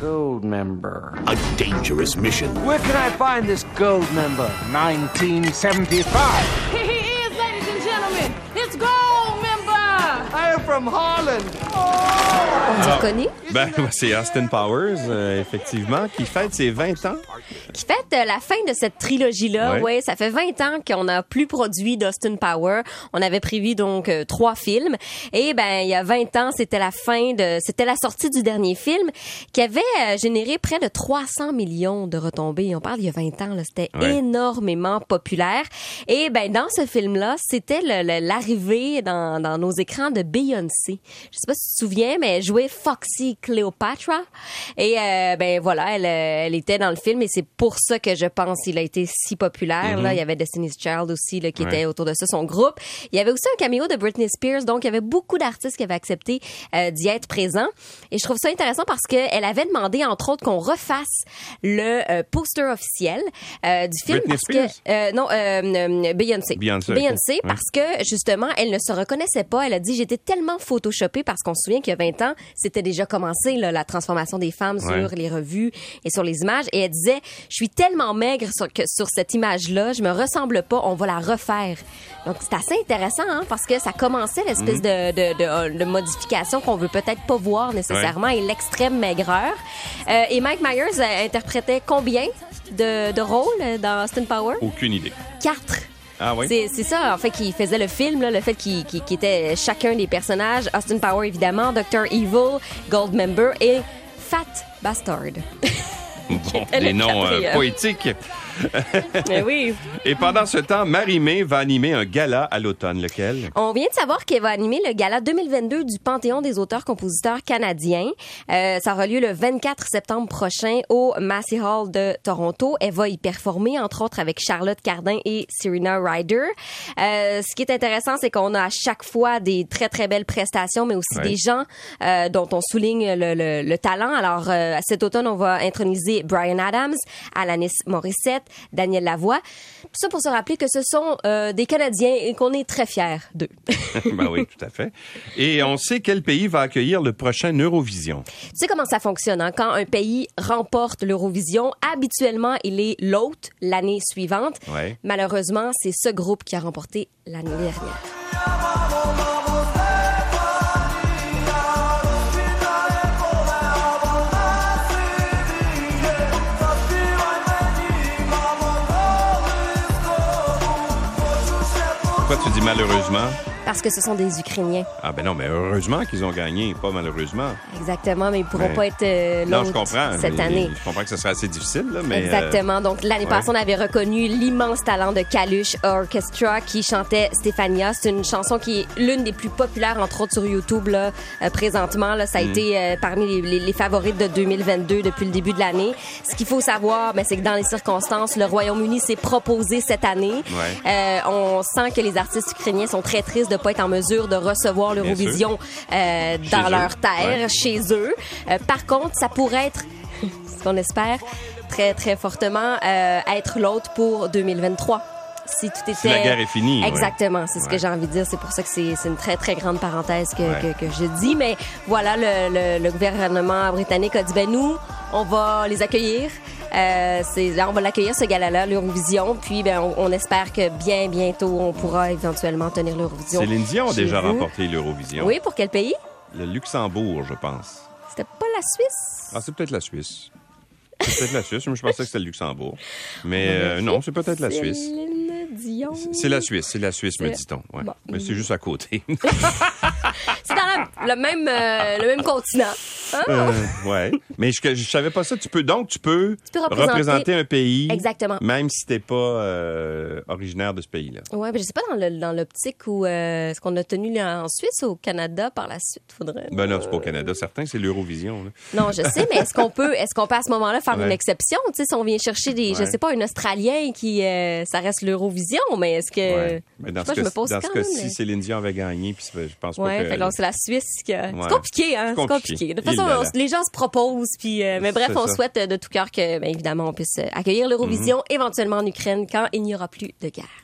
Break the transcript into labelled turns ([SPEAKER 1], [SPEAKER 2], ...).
[SPEAKER 1] Gold member.
[SPEAKER 2] A dangerous mission.
[SPEAKER 1] Where can I find this gold member?
[SPEAKER 3] 1975.
[SPEAKER 4] Here he is, ladies and gentlemen. It's Gold Member.
[SPEAKER 1] I am from Holland.
[SPEAKER 5] Tu reconnais?
[SPEAKER 6] Ben, c'est Austin Powers, euh, effectivement, qui fête ses 20 ans.
[SPEAKER 5] Qui fête euh, la fin de cette trilogie-là.
[SPEAKER 6] Ouais.
[SPEAKER 5] Ouais. ça fait 20 ans qu'on n'a plus produit d'Austin Power. On avait prévu donc euh, trois films. Et ben, il y a 20 ans, c'était la fin de, c'était la sortie du dernier film qui avait euh, généré près de 300 millions de retombées. On parle il y a 20 ans, là. C'était
[SPEAKER 6] Ouais.
[SPEAKER 5] énormément populaire. Et ben, dans ce film-là, c'était le- le- l'arrivée dans, dans nos écrans de Beyoncé. Je sais pas si tu te souviens, mais elle jouait Foxy Cleopatra. Et euh, ben voilà, elle, euh, elle était dans le film et c'est pour ça que je pense qu'il a été si populaire. Là, il y avait Destiny's Child aussi là, qui
[SPEAKER 6] Mm-hmm. Ouais.
[SPEAKER 5] était autour de ça, son groupe. Il y avait aussi un caméo de Britney Spears, donc il y avait beaucoup d'artistes qui avaient accepté euh, d'y être présents. Et je trouve ça intéressant parce qu'elle avait demandé entre autres qu'on refasse le euh, poster officiel euh, du film
[SPEAKER 6] Britney
[SPEAKER 5] parce
[SPEAKER 6] Spears?
[SPEAKER 5] que euh, non euh, euh, Beyoncé.
[SPEAKER 6] Beyoncé, ok. Ouais.
[SPEAKER 5] parce que justement, elle ne se reconnaissait pas. Elle a dit j'étais tellement photoshopée parce qu'on se souvient qu'il y a 20 ans, c'était déjà commencé là, la transformation des femmes
[SPEAKER 6] Ouais.
[SPEAKER 5] sur les revues et sur les images. Et elle disait je suis tellement maigre sur, que, sur cette image-là, je me ressemble pas. On va la refaire. Donc c'est assez intéressant hein, parce que ça commençait l'espèce de, euh, de, de, de modification qu'on veut peut-être pas voir nécessairement et l'extrême maigreur. Euh, et Mike Myers euh, interprétait combien de, de rôles euh, dans Austin Power?
[SPEAKER 6] Aucune idée.
[SPEAKER 5] Quatre.
[SPEAKER 6] Ah oui?
[SPEAKER 5] C'est, c'est ça, en fait, qui faisait le film, là, le fait qu'il, qu'il- qu'il était chacun des personnages. Austin Power, évidemment, Dr. Evil, Goldmember et Fat Bastard.
[SPEAKER 6] Bon,
[SPEAKER 5] Elle
[SPEAKER 6] des
[SPEAKER 5] est
[SPEAKER 6] noms
[SPEAKER 5] capée,
[SPEAKER 6] euh,
[SPEAKER 5] hein.
[SPEAKER 6] poétiques.
[SPEAKER 5] Mais oui.
[SPEAKER 6] Et pendant ce temps, Marie-Mé va animer un gala à l'automne. Lequel?
[SPEAKER 5] On vient de savoir qu'elle va animer le gala 2022 du Panthéon des auteurs-compositeurs canadiens. Euh, ça aura lieu le 24 septembre prochain au Massey Hall de Toronto. Elle va y performer, entre autres, avec Charlotte Cardin et Serena Ryder. Euh, ce qui est intéressant, c'est qu'on a à chaque fois des très, très belles prestations, mais aussi
[SPEAKER 6] Ouais.
[SPEAKER 5] des gens euh, dont on souligne le, le- le talent. Alors, euh, cet automne, on va introniser Brian Adams, Alanis Morissette, Daniel Lavoie. Tout ça pour se rappeler que ce sont euh, des Canadiens et qu'on est très fiers d'eux.
[SPEAKER 6] ben oui, tout à fait. Et on sait quel pays va accueillir le prochain Eurovision.
[SPEAKER 5] Tu sais comment ça fonctionne, hein? Quand un pays remporte l'Eurovision, habituellement, il est l'hôte l'année suivante.
[SPEAKER 6] Ouais.
[SPEAKER 5] Malheureusement, c'est ce groupe qui a remporté l'année dernière.
[SPEAKER 6] Pourquoi tu dis malheureusement?
[SPEAKER 5] Parce que ce sont des Ukrainiens.
[SPEAKER 6] Ah ben non, mais heureusement qu'ils ont gagné, pas malheureusement.
[SPEAKER 5] Exactement, mais ils pourront
[SPEAKER 6] Ouais.
[SPEAKER 5] pas être euh,
[SPEAKER 6] Non, je
[SPEAKER 5] l'hôte
[SPEAKER 6] comprends.
[SPEAKER 5] cette
[SPEAKER 6] mais
[SPEAKER 5] année.
[SPEAKER 6] Je comprends que ce sera assez difficile, là, mais... euh,
[SPEAKER 5] Exactement. Donc, l'année
[SPEAKER 6] ouais.
[SPEAKER 5] passée, on avait reconnu l'immense talent de Kalush Orchestra qui chantait Stéphania. C'est une chanson qui est l'une des plus populaires, entre autres sur YouTube, là, euh, présentement. Là, ça
[SPEAKER 6] Mm.
[SPEAKER 5] a été euh, parmi les, les- les favorites de 2022 depuis le début de l'année. Ce qu'il faut savoir, ben, c'est que dans les circonstances, le Royaume-Uni s'est proposé cette année.
[SPEAKER 6] Ouais.
[SPEAKER 5] Euh, on sent que les artistes ukrainiens sont très tristes de ne pas être en mesure de recevoir l'Eurovision euh,
[SPEAKER 6] Chez
[SPEAKER 5] dans
[SPEAKER 6] eux.
[SPEAKER 5] leur terre,
[SPEAKER 6] Ouais.
[SPEAKER 5] chez eux. Euh, par contre, ça pourrait être, ce qu'on espère, très, très fortement, euh, être l'autre pour 2023. Si tout était...
[SPEAKER 6] la guerre est finie, ouais.
[SPEAKER 5] Exactement, c'est ce
[SPEAKER 6] Ouais.
[SPEAKER 5] que j'ai envie de dire. C'est pour ça que c'est c'est une très, très grande parenthèse que,
[SPEAKER 6] Ouais.
[SPEAKER 5] que, que je dis. Mais voilà, le, le, le gouvernement britannique a dit, ben nous, on va les accueillir. Euh, c'est- là, on va l'accueillir, ce gala-là, l'Eurovision. Puis, ben, on, on espère que bien, bientôt, on pourra éventuellement tenir l'Eurovision.
[SPEAKER 6] Céline Dion a
[SPEAKER 5] chez
[SPEAKER 6] déjà
[SPEAKER 5] vous.
[SPEAKER 6] remporté hein. l'Eurovision.
[SPEAKER 5] Oui, pour quel pays?
[SPEAKER 6] Le Luxembourg, je pense.
[SPEAKER 5] C'était pas la Suisse?
[SPEAKER 6] Ah, c'est peut-être la Suisse. C'est peut-être la Suisse, mais je pensais que c'était le Luxembourg. Mais euh, non, c'est peut-être la Suisse.
[SPEAKER 5] Céline Dion.
[SPEAKER 6] C'est la Suisse, c'est la Suisse, me
[SPEAKER 5] C'est-
[SPEAKER 6] dit-on. ouais.
[SPEAKER 5] Bon.
[SPEAKER 6] Mais c'est juste à côté.
[SPEAKER 5] C'est dans la- le même, euh, le même continent. Hein?
[SPEAKER 6] Euh, ouais. Mais je, je savais pas ça. Tu peux donc tu peux,
[SPEAKER 5] Tu peux représenter-
[SPEAKER 6] un pays,
[SPEAKER 5] Exactement.
[SPEAKER 6] même si t'es pas euh, originaire de ce pays-là.
[SPEAKER 5] Ouais, mais je sais pas dans le- dans l'optique où euh, ce qu'on a tenu là, en Suisse ou au Canada par la suite, faudrait.
[SPEAKER 6] Ben non, c'est pas au
[SPEAKER 5] Euh.
[SPEAKER 6] Canada, certain, c'est l'Eurovision. là.
[SPEAKER 5] Non, je sais, mais est-ce qu'on peut, est-ce qu'on peut à ce moment-là faire
[SPEAKER 6] Ouais.
[SPEAKER 5] une exception Tu sais, si on vient chercher des, je
[SPEAKER 6] Ouais.
[SPEAKER 5] sais pas, un Australien qui, euh, ça reste l'Eurovision, mais est-ce que,
[SPEAKER 6] Ouais.
[SPEAKER 5] Euh,
[SPEAKER 6] Mais
[SPEAKER 5] je,
[SPEAKER 6] dans
[SPEAKER 5] sais pas,
[SPEAKER 6] ce
[SPEAKER 5] je me
[SPEAKER 6] cas-
[SPEAKER 5] pose
[SPEAKER 6] dans
[SPEAKER 5] quand
[SPEAKER 6] ce
[SPEAKER 5] même.
[SPEAKER 6] cas-ci,
[SPEAKER 5] mais-
[SPEAKER 6] Céline Dion avait gagné, puis c'est- je pense pas
[SPEAKER 5] Ouais,
[SPEAKER 6] que.
[SPEAKER 5] fait que là, c'est la Suisse qui a-
[SPEAKER 6] Ouais.
[SPEAKER 5] C'est compliqué, hein?
[SPEAKER 6] C'est
[SPEAKER 5] C'est
[SPEAKER 6] compliqué.
[SPEAKER 5] compliqué. De toute
[SPEAKER 6] Il
[SPEAKER 5] façon,
[SPEAKER 6] l'a,
[SPEAKER 5] on-
[SPEAKER 6] là.
[SPEAKER 5] les gens se proposent, puis... euh, mais bref,
[SPEAKER 6] C'est
[SPEAKER 5] on
[SPEAKER 6] ça. Mhm.
[SPEAKER 5] souhaite euh, de tout cœur que, ben, évidemment, on puisse euh, accueillir l'Eurovision, éventuellement en Ukraine, quand il n'y aura plus de guerre.